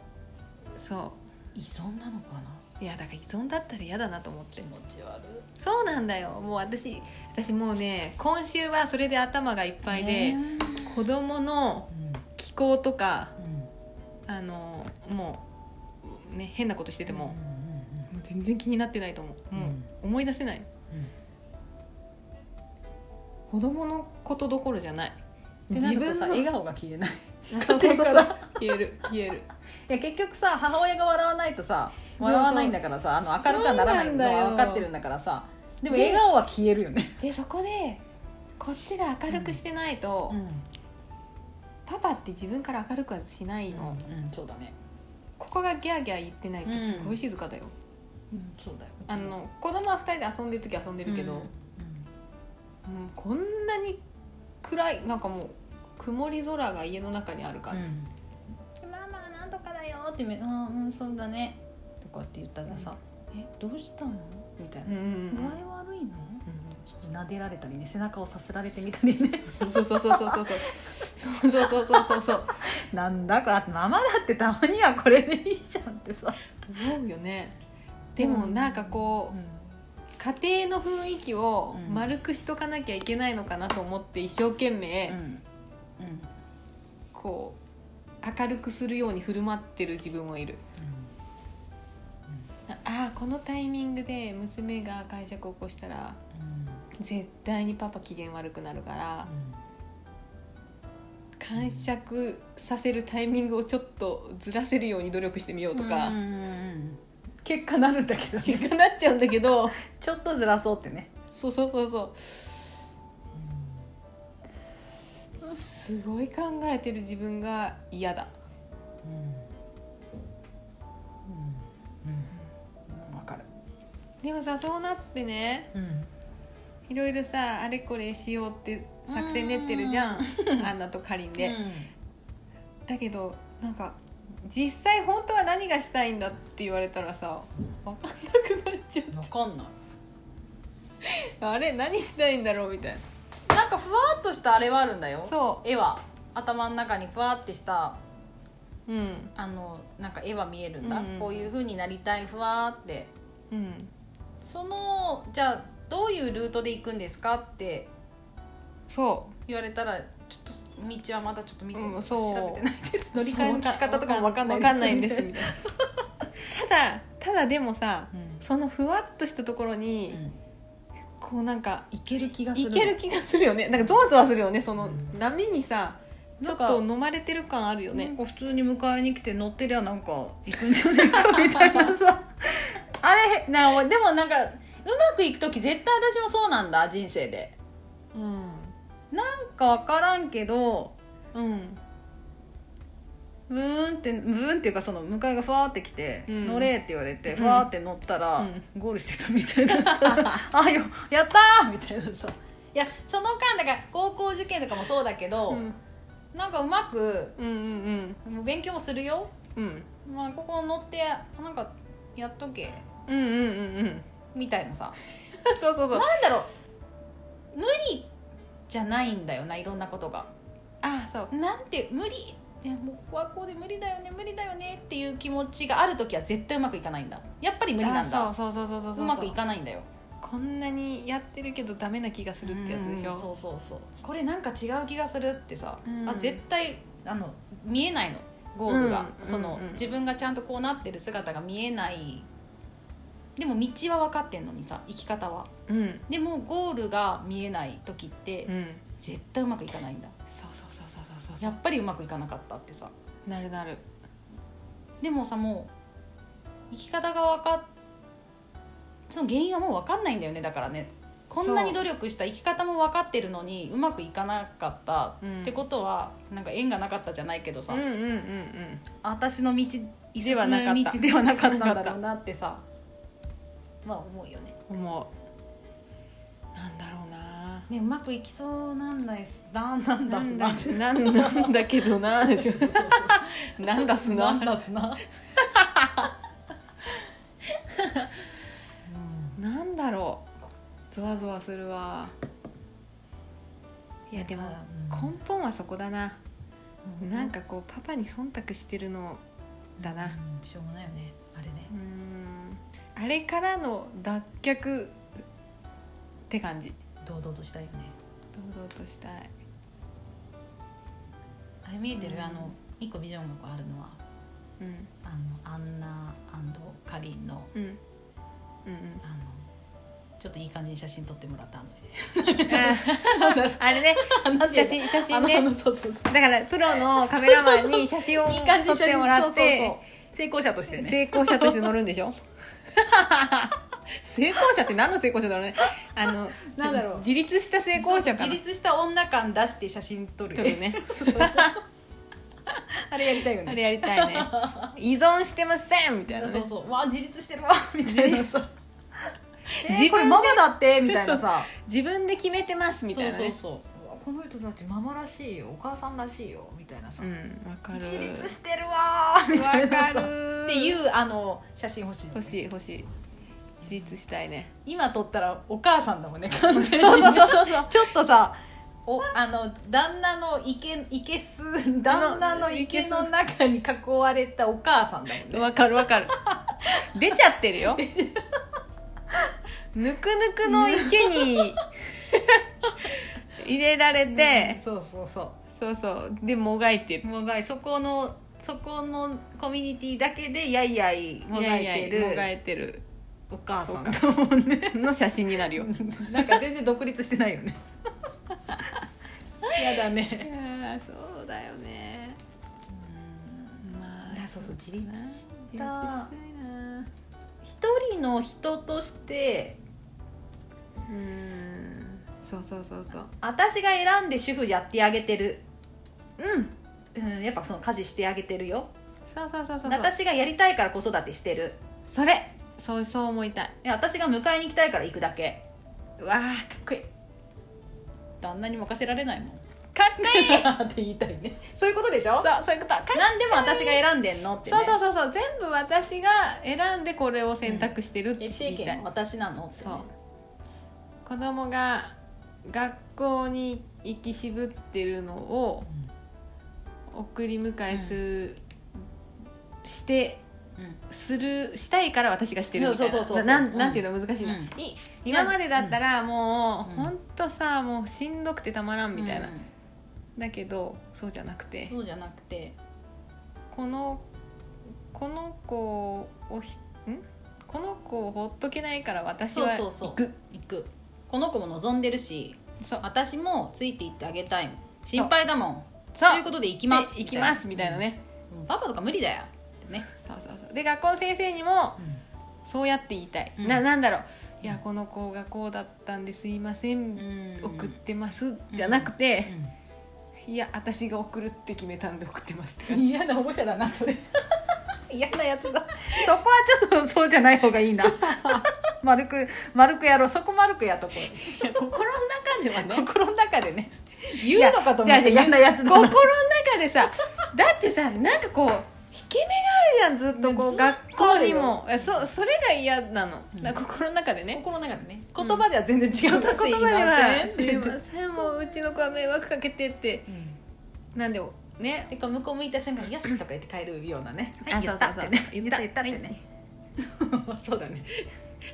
[SPEAKER 2] そうそ
[SPEAKER 1] 依存なのかな
[SPEAKER 2] ういやだから依存だったら嫌だなと思っ
[SPEAKER 1] 気
[SPEAKER 2] て
[SPEAKER 1] 持ち悪い
[SPEAKER 2] そうなんだよもう私私もうね今週はそれで頭がいっぱいで、
[SPEAKER 1] うん
[SPEAKER 2] 子供の気候とか
[SPEAKER 1] うん
[SPEAKER 2] あのもうね変なことしてても、
[SPEAKER 1] う
[SPEAKER 2] もう全然気になってないと思う、もう思い出せない
[SPEAKER 1] ん
[SPEAKER 2] 子供のことどころじゃない
[SPEAKER 1] うん
[SPEAKER 2] 自分
[SPEAKER 1] さ
[SPEAKER 2] の
[SPEAKER 1] 笑顔が消えない
[SPEAKER 2] あ *laughs* そうそうそ
[SPEAKER 1] 家
[SPEAKER 2] うそ
[SPEAKER 1] 庭
[SPEAKER 2] う言える言える
[SPEAKER 1] いや結局さ母親が笑わないとさ
[SPEAKER 2] そう
[SPEAKER 1] 笑わないんだからさあの明るくはならないの
[SPEAKER 2] そうなんだ
[SPEAKER 1] は
[SPEAKER 2] よ
[SPEAKER 1] 分かってるんだからさでも
[SPEAKER 2] で
[SPEAKER 1] 笑顔は消えるよね
[SPEAKER 2] でそこでこっちが明るくしてないと、パパって自分から明るくはしない
[SPEAKER 1] う
[SPEAKER 2] の、
[SPEAKER 1] んそうだね
[SPEAKER 2] ここがギャーギャー言ってないとすごい静かだよ、
[SPEAKER 1] うんそうだよ
[SPEAKER 2] あの子供は2人で遊んでる時は遊んでるけど、
[SPEAKER 1] うん
[SPEAKER 2] もうこんなに暗いなんかもう曇り空が家の中にある感じ、
[SPEAKER 1] うんママなんとかだよってめあーうんそうだねとかって言ったらさ、えどうしたのみたい
[SPEAKER 2] うん
[SPEAKER 1] な、
[SPEAKER 2] うんうん
[SPEAKER 1] 具合悪いの撫でられたりね背中をさすられてみたりね
[SPEAKER 2] そうそうそうそうそうそうそうそうそうそうそうそう
[SPEAKER 1] *laughs* なんだかママだってたまにはこれでいいじゃんってさ、
[SPEAKER 2] 思うよねでもなんかこう家庭の雰囲気を
[SPEAKER 1] うん
[SPEAKER 2] 丸くしとかなきゃいけないのかなと思って一生懸
[SPEAKER 1] うん
[SPEAKER 2] 命
[SPEAKER 1] うんうん
[SPEAKER 2] こう明るくするように振る舞ってる自分もいるああーこのタイミングで娘が会社を起こしたら絶対にパパ機嫌悪くなるから感触させるタイミングをちょっとずらせるように努力してみようとか、
[SPEAKER 1] うんうんうん結果なるんだけどね
[SPEAKER 2] 結果なっちゃうんだけど
[SPEAKER 1] ちょっとずらそうってね
[SPEAKER 2] そうそうそうそうすごい考えてる自分が嫌だ
[SPEAKER 1] うんうんわかる
[SPEAKER 2] でもさそうなってね
[SPEAKER 1] うん
[SPEAKER 2] いろいろさあれこれしようって作戦練ってるじゃんアンナとカリンで、だけどなんか実際本当は何がしたいんだって言われたらさ分かんなくなっちゃう
[SPEAKER 1] わかんない
[SPEAKER 2] あれ何したいんだろうみたいな
[SPEAKER 1] なんかふわっとしたあれはあるんだよ
[SPEAKER 2] そ
[SPEAKER 1] 絵は頭の中にふわってした
[SPEAKER 2] ううん
[SPEAKER 1] あのなんか絵は見えるんだ、
[SPEAKER 2] うんうん
[SPEAKER 1] こういう風になりたいふわって
[SPEAKER 2] うん
[SPEAKER 1] そのじゃあどういうルートで行くんですかって
[SPEAKER 2] そ
[SPEAKER 1] 言われたらちょっと道はまだちょっと見て、
[SPEAKER 2] うん
[SPEAKER 1] 調
[SPEAKER 2] そう
[SPEAKER 1] べてないです
[SPEAKER 2] *laughs* う
[SPEAKER 1] 乗り換えの仕方とかもわかんない
[SPEAKER 2] わかんないんですみたいなただただでもさ
[SPEAKER 1] うん
[SPEAKER 2] そのふわっとしたところに、
[SPEAKER 1] うん
[SPEAKER 2] こうなんか
[SPEAKER 1] いける気がす
[SPEAKER 2] い
[SPEAKER 1] る
[SPEAKER 2] ける気がするよねなんかゾワゾワするよねその
[SPEAKER 1] うん
[SPEAKER 2] 波にさち
[SPEAKER 1] な
[SPEAKER 2] ょ
[SPEAKER 1] ん
[SPEAKER 2] っ
[SPEAKER 1] か
[SPEAKER 2] と飲まれてる感あるよ
[SPEAKER 1] な
[SPEAKER 2] ね
[SPEAKER 1] んか普通に迎えに来て乗ってりゃなんか行くんじゃないかみたいなさあれなでもなんかうまくいく時絶対私もそうなんだ人生で
[SPEAKER 2] うん
[SPEAKER 1] なんか分からんけど
[SPEAKER 2] うん
[SPEAKER 1] ブーンってブーンっていうかその向かいがファーって来て「
[SPEAKER 2] うん
[SPEAKER 1] 乗れ」って言われて
[SPEAKER 2] うん
[SPEAKER 1] ファーって乗ったら、
[SPEAKER 2] うん
[SPEAKER 1] ゴールしてたみたいなさ *laughs* 「あよやったー!」みたいなさいやその間だから高校受験とかもそうだけど、
[SPEAKER 2] うん
[SPEAKER 1] なんかうまく
[SPEAKER 2] うんうん
[SPEAKER 1] もう勉強もするよ
[SPEAKER 2] うんうん
[SPEAKER 1] まあここ乗ってなんかやっとけ
[SPEAKER 2] うんうんうんうん *laughs*
[SPEAKER 1] みたいなさ
[SPEAKER 2] そうそうそ
[SPEAKER 1] な
[SPEAKER 2] う
[SPEAKER 1] んだろう無理じゃないんだよないろんなことが
[SPEAKER 2] あそう
[SPEAKER 1] なんて無理いやもうここはこうで無理だよね無理だよねっていう気持ちがある時は絶対うまくいかないんだやっぱり無理なんだ
[SPEAKER 2] あそうそうそうそうそうそう
[SPEAKER 1] うまくいかないんだよ
[SPEAKER 2] こんなにやってるけどダメな気がするってやつでし
[SPEAKER 1] うん
[SPEAKER 2] ょ
[SPEAKER 1] そうそうそうこれなんか違う気がするってさ、
[SPEAKER 2] うん
[SPEAKER 1] あ絶対あの見えないのゴールが、
[SPEAKER 2] うん
[SPEAKER 1] その、
[SPEAKER 2] うんうん
[SPEAKER 1] 自分がちゃんとこうなってる姿が見えないでも道は分かってんのにさ生き方は
[SPEAKER 2] うん
[SPEAKER 1] でもゴールが見えない時って
[SPEAKER 2] うん
[SPEAKER 1] 絶対うまくいかないんだ
[SPEAKER 2] そうそうそうそうそうそう
[SPEAKER 1] やっぱりうまくいかなかったってさ
[SPEAKER 2] なるなる
[SPEAKER 1] でもさもう生き方が分かっその原因はもう分かんないんだよねだからねこんなに努力した生き方も分かってるのにうまくいかなかった
[SPEAKER 2] うん
[SPEAKER 1] ってことは、なんか縁がなかったじゃないけどさ、
[SPEAKER 2] うんうんうんうん
[SPEAKER 1] 私の道
[SPEAKER 2] ではなかった
[SPEAKER 1] 五つの道ではなかったんだろうなってさまあ思うよね
[SPEAKER 2] 思うなんだろうな
[SPEAKER 1] ねうまくいきそうなんだすだなんだすな
[SPEAKER 2] なんだなんなんだけど *laughs* なでしょなんだすな
[SPEAKER 1] なんだすな
[SPEAKER 2] なんだろうゾワゾワするわいやでも
[SPEAKER 1] こ
[SPEAKER 2] 根本はそこだな
[SPEAKER 1] うん
[SPEAKER 2] なんかこうパパに忖度してるのだな
[SPEAKER 1] うんしょうもないよねあれね
[SPEAKER 2] うんあれからの脱却って感じ
[SPEAKER 1] 堂々としたいよね
[SPEAKER 2] 堂々としたい
[SPEAKER 1] あれ見えてる、
[SPEAKER 2] うん
[SPEAKER 1] あの一個ビジョンがこうあるのは
[SPEAKER 2] うん
[SPEAKER 1] あのアンナカリンの
[SPEAKER 2] うんうんうん
[SPEAKER 1] あのちょっといい感じに写真撮ってもらったのね
[SPEAKER 2] *laughs* あれね
[SPEAKER 1] なんてい
[SPEAKER 2] 写
[SPEAKER 1] うの
[SPEAKER 2] 真写
[SPEAKER 1] あ
[SPEAKER 2] 真
[SPEAKER 1] のあの
[SPEAKER 2] ね
[SPEAKER 1] そうそうそ
[SPEAKER 2] だからプロ
[SPEAKER 1] *laughs*
[SPEAKER 2] のカメラマンに写真を
[SPEAKER 1] ういい感じに
[SPEAKER 2] 撮っ
[SPEAKER 1] 写
[SPEAKER 2] て
[SPEAKER 1] 真
[SPEAKER 2] もらっ
[SPEAKER 1] そうそう
[SPEAKER 2] て
[SPEAKER 1] そう成功者としてね
[SPEAKER 2] 成功者として乗るんでしょ *laughs* 成功者って何の成功者だろうねあの
[SPEAKER 1] なんだろう
[SPEAKER 2] 自立した成功者か
[SPEAKER 1] 自
[SPEAKER 2] な
[SPEAKER 1] 立した女感出して写真撮る
[SPEAKER 2] 撮るね
[SPEAKER 1] そうそう *laughs* あれやりたいよ
[SPEAKER 2] あ
[SPEAKER 1] ね
[SPEAKER 2] れやり
[SPEAKER 1] *laughs*
[SPEAKER 2] たいね依存してませんみたいな、ね、
[SPEAKER 1] そうそうわあ自立してるわみたいな
[SPEAKER 2] そう
[SPEAKER 1] えー
[SPEAKER 2] 自分で
[SPEAKER 1] これママだってみたいなさ
[SPEAKER 2] 自分で決めてますみたいなね
[SPEAKER 1] そうそうそううわこの人たちママらしいよお母さんらしいよみたいなさ、
[SPEAKER 2] うんわかる
[SPEAKER 1] 自立してるわーみた
[SPEAKER 2] わ
[SPEAKER 1] いな
[SPEAKER 2] か
[SPEAKER 1] さ
[SPEAKER 2] る
[SPEAKER 1] っていうあの写真欲しい,、
[SPEAKER 2] 欲しい欲しい自立したいね
[SPEAKER 1] *laughs* 今撮ったらお母さんだもんね *laughs* 完全に
[SPEAKER 2] そうそうそうそうそう
[SPEAKER 1] ちょっとさおあの旦那の池池す旦那の池の中に囲われたお母さんだもんね
[SPEAKER 2] わかるわ *laughs* かる出ちゃって *laughs* るよぬくぬくの池 *laughs* に入れられて、
[SPEAKER 1] そうそうそ
[SPEAKER 2] そうそうでもがいて
[SPEAKER 1] う
[SPEAKER 2] る
[SPEAKER 1] もがいそこのそこのコミュニティだけでやいやいもがいてる
[SPEAKER 2] ややもがいてる
[SPEAKER 1] お母さんだもんね
[SPEAKER 2] の写真になる *laughs* よ
[SPEAKER 1] *laughs* なんか全然独立してないよね *laughs* やだ
[SPEAKER 2] い
[SPEAKER 1] ね
[SPEAKER 2] やーそうだよねま
[SPEAKER 1] いやそうそう自立した
[SPEAKER 2] な自立したいな
[SPEAKER 1] 一人の人として
[SPEAKER 2] うんそうそうそうそう
[SPEAKER 1] 私が選んで主婦やってあげてる
[SPEAKER 2] うん
[SPEAKER 1] うんやっぱその家事してあげてるよ
[SPEAKER 2] そうそうそうそうそう
[SPEAKER 1] 私がやりたいから子育てしてる
[SPEAKER 2] それそうそう思いたい
[SPEAKER 1] いや私が迎えに行きたいから行くだけ
[SPEAKER 2] うわーかっこいい
[SPEAKER 1] 旦那に任せられないもん
[SPEAKER 2] かっ
[SPEAKER 1] *laughs* っ
[SPEAKER 2] こいい
[SPEAKER 1] て言いたいねそういうことでしょ
[SPEAKER 2] そうそういうことかっ
[SPEAKER 1] 何でも私が選んでんのって、ね、
[SPEAKER 2] そうそうそうそう全部私が選んでこれを選択してるって
[SPEAKER 1] 決
[SPEAKER 2] 言
[SPEAKER 1] 定
[SPEAKER 2] いたい、
[SPEAKER 1] 権私なのって、ね、
[SPEAKER 2] そう子供が学校に行き渋ってるのを送り迎えする、して
[SPEAKER 1] うん、うん
[SPEAKER 2] するしたいから私がしてるみたいな
[SPEAKER 1] そうそうそうそう
[SPEAKER 2] な
[SPEAKER 1] う
[SPEAKER 2] なん
[SPEAKER 1] ん
[SPEAKER 2] なんていうの難しいな、
[SPEAKER 1] うん
[SPEAKER 2] い今までだったらもう、
[SPEAKER 1] うん
[SPEAKER 2] ほんとさもうしんどくてたまらんみたいな、
[SPEAKER 1] うん
[SPEAKER 2] だけどそうじゃなくて
[SPEAKER 1] そうじゃなくて
[SPEAKER 2] このこの子をひんこの子をほっとけないから私は
[SPEAKER 1] そ
[SPEAKER 2] 行
[SPEAKER 1] う
[SPEAKER 2] く
[SPEAKER 1] そ
[SPEAKER 2] そう
[SPEAKER 1] うそう行くこの子も望んでるし私もついていってあげたいもん心配だもんと
[SPEAKER 2] そう
[SPEAKER 1] いうことで行きます
[SPEAKER 2] で行きますみたいなね、
[SPEAKER 1] うんパパとか無理だよってね、
[SPEAKER 2] そうそうそうで学校の先生にもそうやって言いたい、
[SPEAKER 1] うん
[SPEAKER 2] ななんだろういやこの子がこうだったんですいません、
[SPEAKER 1] うん
[SPEAKER 2] 送ってますじゃなくて、
[SPEAKER 1] うん
[SPEAKER 2] いや私が送るって決めたんで送ってますって感じ
[SPEAKER 1] 嫌な保護者だなそれ嫌なやつだそこはちょっとそうじゃない方がいい *laughs* な丸く丸くやろうそこ丸くやっとこ *laughs* う
[SPEAKER 2] いや心の中ではね
[SPEAKER 1] 心の中でね言うのかと思って
[SPEAKER 2] いや
[SPEAKER 1] 嫌なやつだ
[SPEAKER 2] 心の
[SPEAKER 1] な
[SPEAKER 2] 中でさだってさなんかこう引け目があるじゃんずっとこう、
[SPEAKER 1] ね
[SPEAKER 2] 学校にもえそそれが嫌なの、
[SPEAKER 1] うん
[SPEAKER 2] だから心の中でね
[SPEAKER 1] 心の中でね言葉では全然違う、
[SPEAKER 2] 言葉では「
[SPEAKER 1] す
[SPEAKER 2] す
[SPEAKER 1] い
[SPEAKER 2] い
[SPEAKER 1] ません
[SPEAKER 2] ませんもううちの子は迷惑かけて」って
[SPEAKER 1] うん
[SPEAKER 2] なんでね
[SPEAKER 1] でこう向こう向いた瞬間「よし」とか言って帰るようなね「
[SPEAKER 2] あ
[SPEAKER 1] はい言った」っ
[SPEAKER 2] そうそ
[SPEAKER 1] て
[SPEAKER 2] うそ
[SPEAKER 1] ね
[SPEAKER 2] う
[SPEAKER 1] 言った言ったってねそうだね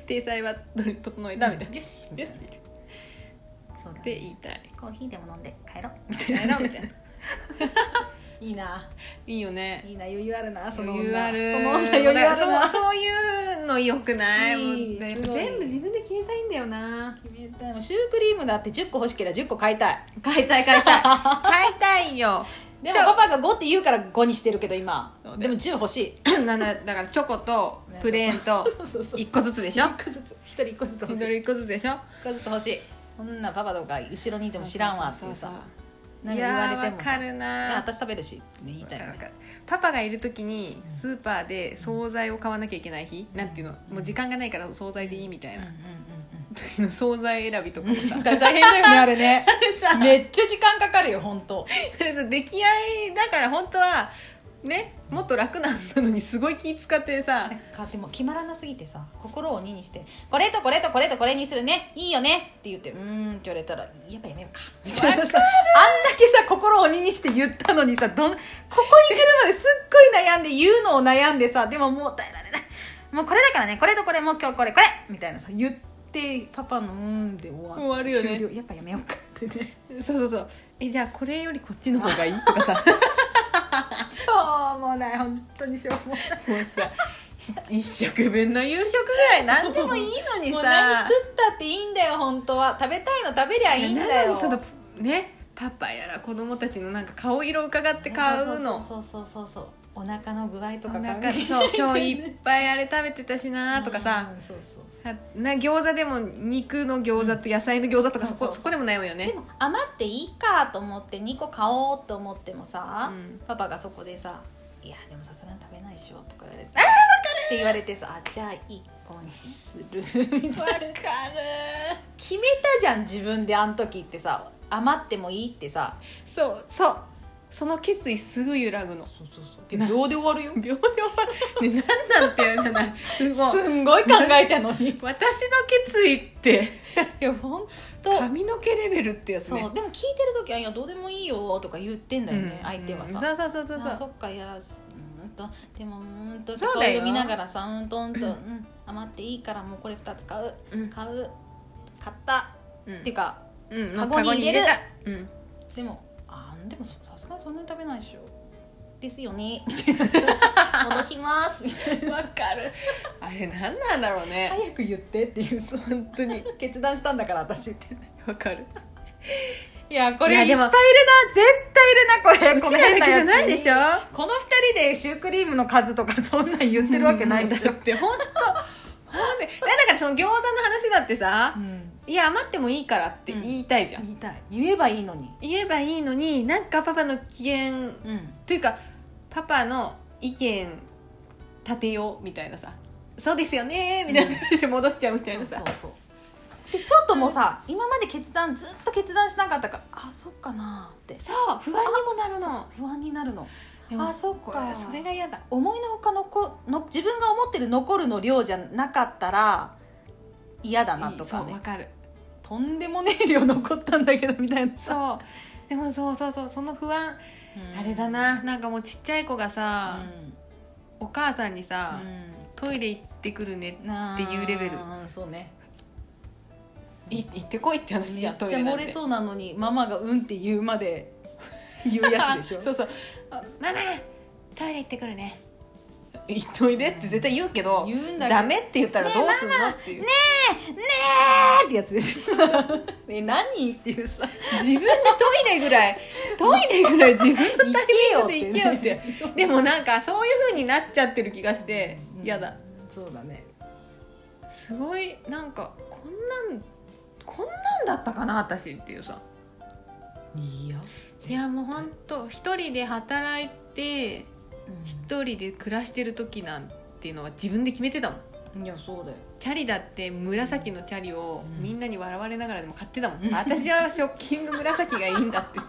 [SPEAKER 2] 体裁は整えたみたいな、
[SPEAKER 1] よし
[SPEAKER 2] よし
[SPEAKER 1] そうだ
[SPEAKER 2] って
[SPEAKER 1] ね
[SPEAKER 2] 言いたい
[SPEAKER 1] コーヒーでも飲んで帰ろう
[SPEAKER 2] みたいなみたいな
[SPEAKER 1] いいない
[SPEAKER 2] いよね
[SPEAKER 1] いいな余裕あるなその
[SPEAKER 2] 余裕ある
[SPEAKER 1] その女余裕あるな
[SPEAKER 2] そうそういうのよくない
[SPEAKER 1] いい
[SPEAKER 2] もうやっ
[SPEAKER 1] す
[SPEAKER 2] ぱ
[SPEAKER 1] ごい
[SPEAKER 2] 全部自分で決めたいんだよな
[SPEAKER 1] 決めたいもうシュークリームだって10個欲しければ10個買いたい
[SPEAKER 2] 買いたい買
[SPEAKER 1] *laughs*
[SPEAKER 2] いたい買いたいよ
[SPEAKER 1] で
[SPEAKER 2] ちょ
[SPEAKER 1] もパパが5って言うから5にしてるけど今
[SPEAKER 2] そうだ
[SPEAKER 1] で
[SPEAKER 2] よ
[SPEAKER 1] も10欲しい
[SPEAKER 2] *laughs* なんだだからチョコと
[SPEAKER 1] ね
[SPEAKER 2] プレーンと
[SPEAKER 1] そうそう
[SPEAKER 2] 1個ずつでしょ1
[SPEAKER 1] 個ずつ一人1個ずつ欲し
[SPEAKER 2] 人
[SPEAKER 1] い
[SPEAKER 2] 1個ずつでしょ
[SPEAKER 1] 1個ずつ欲しいこんなパパとか後ろにいても知らんわっていうさ
[SPEAKER 2] い
[SPEAKER 1] な
[SPEAKER 2] や
[SPEAKER 1] んか言われて
[SPEAKER 2] ーわ
[SPEAKER 1] も
[SPEAKER 2] か
[SPEAKER 1] さ
[SPEAKER 2] る
[SPEAKER 1] いや
[SPEAKER 2] なー
[SPEAKER 1] 私食べるしってね言いたいよ
[SPEAKER 2] わ
[SPEAKER 1] ね
[SPEAKER 2] かるわかるパパがいる時にスーパーで惣菜を買わなきゃいけない日、なんていうのもう時間がないから惣菜でいいみたいな、 *laughs* 時の惣菜選びとかもさ *laughs*
[SPEAKER 1] だ *laughs* から大変だよねあれね
[SPEAKER 2] あれさ
[SPEAKER 1] めっちゃ時間かかるよ本当
[SPEAKER 2] あれさ出来合いだから本当はねもっと楽なんなのにすごい気使ってさ
[SPEAKER 1] かでも決まらなすぎてさ心を2にして「これとこれとこれとこれにするねいいよね」って言って「うーん」って言われたら「やっぱやめようか」みたいなさあんだけさ心を2にして言ったのにさどんここに来るまですっごい悩んで言うのを悩んでさでももう耐えられないもうこれだからねこれとこれもう今日これこれみたいなさ言ってパパの「うーん」で終わ
[SPEAKER 2] 終わるよね
[SPEAKER 1] 終了やっぱやめようかってね
[SPEAKER 2] そうそうそうえじゃあこれよりこっちの方がいいとかさ
[SPEAKER 1] しょうもない本当にしょうもない *laughs*
[SPEAKER 2] もうさ一食分の夕食ぐらい何でもいいの
[SPEAKER 1] *laughs*
[SPEAKER 2] に
[SPEAKER 1] もう何
[SPEAKER 2] さ
[SPEAKER 1] 食ったっていいんだよ本当は食べたいの食べりゃいいんだ
[SPEAKER 2] なの
[SPEAKER 1] よ
[SPEAKER 2] にそのねパパやら子供たちのなんか顔色を伺って買うの
[SPEAKER 1] そうそうそうそうそうお腹の具合と
[SPEAKER 2] お
[SPEAKER 1] か考え *laughs*
[SPEAKER 2] 腹そう今日いっぱいあれ食べてたしなとかさ、
[SPEAKER 1] うんそうそうそ
[SPEAKER 2] さな餃子でも肉の餃子と野菜の餃子とかそ
[SPEAKER 1] そうそ
[SPEAKER 2] こ
[SPEAKER 1] うそう
[SPEAKER 2] そこでも悩むよ
[SPEAKER 1] うで
[SPEAKER 2] ね
[SPEAKER 1] も余っていいかと思って2個買おうと思ってもさ、
[SPEAKER 2] うん
[SPEAKER 1] パパがそこでさ「いやでもさすがに食べないでしょ」とか言われて「あって言われてさ「あじゃあ1個にする」みたいな決めたじゃん自分であん時ってさ余ってもいいってさ
[SPEAKER 2] そうそうその決意すぐ揺らぐの
[SPEAKER 1] そうそうそう秒で終わるよ
[SPEAKER 2] 秒で終わるね何なんてやだな
[SPEAKER 1] *laughs*
[SPEAKER 2] もう
[SPEAKER 1] すんごい考えたのにい
[SPEAKER 2] 私の決意って
[SPEAKER 1] や本当
[SPEAKER 2] 髪の毛レベルってやつ
[SPEAKER 1] そう
[SPEAKER 2] ね
[SPEAKER 1] でも聞いてる時は「いやどうでもいいよ」とか言ってんだよね、
[SPEAKER 2] うん
[SPEAKER 1] 相手はさ、
[SPEAKER 2] うんそうそうそうそう
[SPEAKER 1] あ
[SPEAKER 2] そ
[SPEAKER 1] そうっかいやすうーんとでもうーんと
[SPEAKER 2] そうだよ
[SPEAKER 1] 顔色見ながらさうんとうんと、うん、余っていいからもうこれ2つ買う
[SPEAKER 2] うん
[SPEAKER 1] 買う買った、
[SPEAKER 2] うん
[SPEAKER 1] っていうか
[SPEAKER 2] うん
[SPEAKER 1] カゴに入れる
[SPEAKER 2] カゴに入れ
[SPEAKER 1] でもあーでもそさすがにそんなに食べないでしょですよね *laughs* みたいな戻し *laughs* ますみたい
[SPEAKER 2] たうんわかるあれ何なんだろうね
[SPEAKER 1] な早く言ってっていうそう
[SPEAKER 2] 本当に *laughs*
[SPEAKER 1] 決断したんだから私って
[SPEAKER 2] わかる
[SPEAKER 1] いやこ
[SPEAKER 2] れ
[SPEAKER 1] れいっぱいい
[SPEAKER 2] い
[SPEAKER 1] る
[SPEAKER 2] っ
[SPEAKER 1] な
[SPEAKER 2] ぱい
[SPEAKER 1] 絶対いるなこれ
[SPEAKER 2] うちらだけじゃないでしょ
[SPEAKER 1] この二人でシュークリームの数とかそんなん言ってるわけないでし
[SPEAKER 2] だ
[SPEAKER 1] ょ
[SPEAKER 2] っ、て本当ほんでいやだからその餃子の話だってさ「いや余ってもいいから」って言いたいじゃん、
[SPEAKER 1] 言いたい言えばいいのに
[SPEAKER 2] 言えばいいのになんかパパの機嫌
[SPEAKER 1] うん
[SPEAKER 2] というかパパの意見立てようみたいなさ「そうですよね」みたいな感じで戻しちゃうみたいなさ、
[SPEAKER 1] そうでちょっともうさ今まで決断ずっと決断しなかったからあそっかなーって
[SPEAKER 2] そう不安にもなるの
[SPEAKER 1] 不安になるの
[SPEAKER 2] でも
[SPEAKER 1] あそっか
[SPEAKER 2] これそれが嫌だ
[SPEAKER 1] 思いのほかのこの自分が思ってる残るの量じゃなかったら嫌だなとか
[SPEAKER 2] そうわ
[SPEAKER 1] ね
[SPEAKER 2] かる
[SPEAKER 1] とんでもねえ量残ったんだけどみたいなさ
[SPEAKER 2] そうでもそうそうそうその不安、あれだななんかもうちっちゃい子が
[SPEAKER 1] うん
[SPEAKER 2] さ、お母さんにさ、
[SPEAKER 1] うん
[SPEAKER 2] トイレ行ってくるねって
[SPEAKER 1] なー
[SPEAKER 2] っていうレベル
[SPEAKER 1] そうね
[SPEAKER 2] い行ってこいって話じ
[SPEAKER 1] め
[SPEAKER 2] ゃ
[SPEAKER 1] っ
[SPEAKER 2] ん
[SPEAKER 1] ちゃ
[SPEAKER 2] トイレな
[SPEAKER 1] 漏
[SPEAKER 2] んて
[SPEAKER 1] れそうなのにママが「うん」って言うまで言うやつで
[SPEAKER 2] *laughs*
[SPEAKER 1] しょ
[SPEAKER 2] そうそうあママトイレ行ってくるね行っといでって絶対言うけど
[SPEAKER 1] 言うんだけど
[SPEAKER 2] ダメって言ったらどうするのっていう、
[SPEAKER 1] ねえってやつでし
[SPEAKER 2] *laughs*
[SPEAKER 1] ょね何っていうさ
[SPEAKER 2] 自分でトイレぐら *laughs* いトイレぐらい自分のタイミングで行けよっ
[SPEAKER 1] 行け
[SPEAKER 2] て
[SPEAKER 1] よって
[SPEAKER 2] でもなんかそういう風になっちゃってる気がして嫌だ
[SPEAKER 1] そうだね
[SPEAKER 2] すごいなんかこんなんこんなんだったかな私っていうさ
[SPEAKER 1] いや、
[SPEAKER 2] いやもうほんと一人で働いて一人で暮らしてる時なんていうのは自分で決めてたもん
[SPEAKER 1] いやそうだよ
[SPEAKER 2] チャリだって紫のチャリを
[SPEAKER 1] うん
[SPEAKER 2] みんなに笑われながらでも買ってたもん、
[SPEAKER 1] *laughs*
[SPEAKER 2] 私はショッキング紫がいいんだって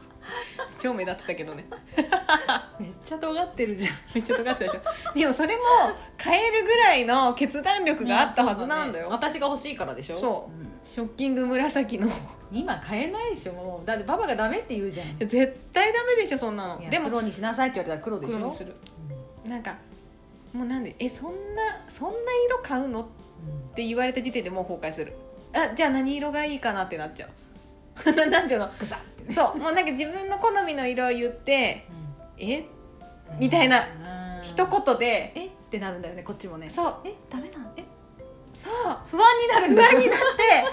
[SPEAKER 2] 超目立ってたけどね
[SPEAKER 1] めっちゃ尖ってるじゃん
[SPEAKER 2] めっちゃ尖ってたでしょでもそれも買えるぐらいの決断力があったはずなんだよ、
[SPEAKER 1] そうね私が欲しいからでしょ
[SPEAKER 2] そ
[SPEAKER 1] ん
[SPEAKER 2] ショッキング紫の
[SPEAKER 1] 今買えないでしょもうだってパパがダメって言うじゃん
[SPEAKER 2] 絶対ダメでしょそんなの
[SPEAKER 1] で
[SPEAKER 2] で
[SPEAKER 1] も
[SPEAKER 2] も
[SPEAKER 1] 黒にしなさいって言われたら黒でしょ
[SPEAKER 2] 黒にするなんかもうなんでえそんなそんな色買うのっ
[SPEAKER 1] うんうん
[SPEAKER 2] て言われた時点でもう崩壊するあじゃあ何色がいいかなってなっちゃう *laughs* ななんていうの
[SPEAKER 1] ぐさっ
[SPEAKER 2] そうもうなんか自分の好みの色を言ってえ
[SPEAKER 1] うん
[SPEAKER 2] みたいな
[SPEAKER 1] うん
[SPEAKER 2] 一言で
[SPEAKER 1] えってなるんだよねこっちもね
[SPEAKER 2] そう
[SPEAKER 1] えダメなのえ
[SPEAKER 2] そう
[SPEAKER 1] 不安になるん
[SPEAKER 2] 不
[SPEAKER 1] だ
[SPEAKER 2] 安に
[SPEAKER 1] よ
[SPEAKER 2] なっ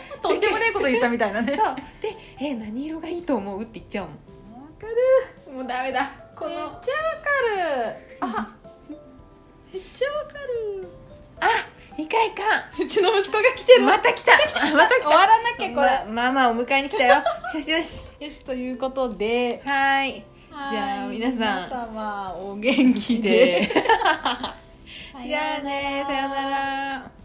[SPEAKER 1] *laughs* とんでもねえこと言ったみたいなね *laughs*
[SPEAKER 2] てそうでえ何色がいいと思うって言っちゃうもん
[SPEAKER 1] わかる
[SPEAKER 2] もうダメだこ
[SPEAKER 1] めっ
[SPEAKER 2] の
[SPEAKER 1] ちゃわかるあめっちゃわかる
[SPEAKER 2] いかいか
[SPEAKER 1] うちの息子が来て
[SPEAKER 2] んまた来たまた来た終わらな
[SPEAKER 1] きゃ
[SPEAKER 2] これママを迎えに来たよよしよし
[SPEAKER 1] ですということで
[SPEAKER 2] はーいじゃ
[SPEAKER 1] は
[SPEAKER 2] あ
[SPEAKER 1] い
[SPEAKER 2] 皆さん
[SPEAKER 1] 皆様お元気 *laughs*
[SPEAKER 2] で
[SPEAKER 1] で
[SPEAKER 2] じゃあねさよなら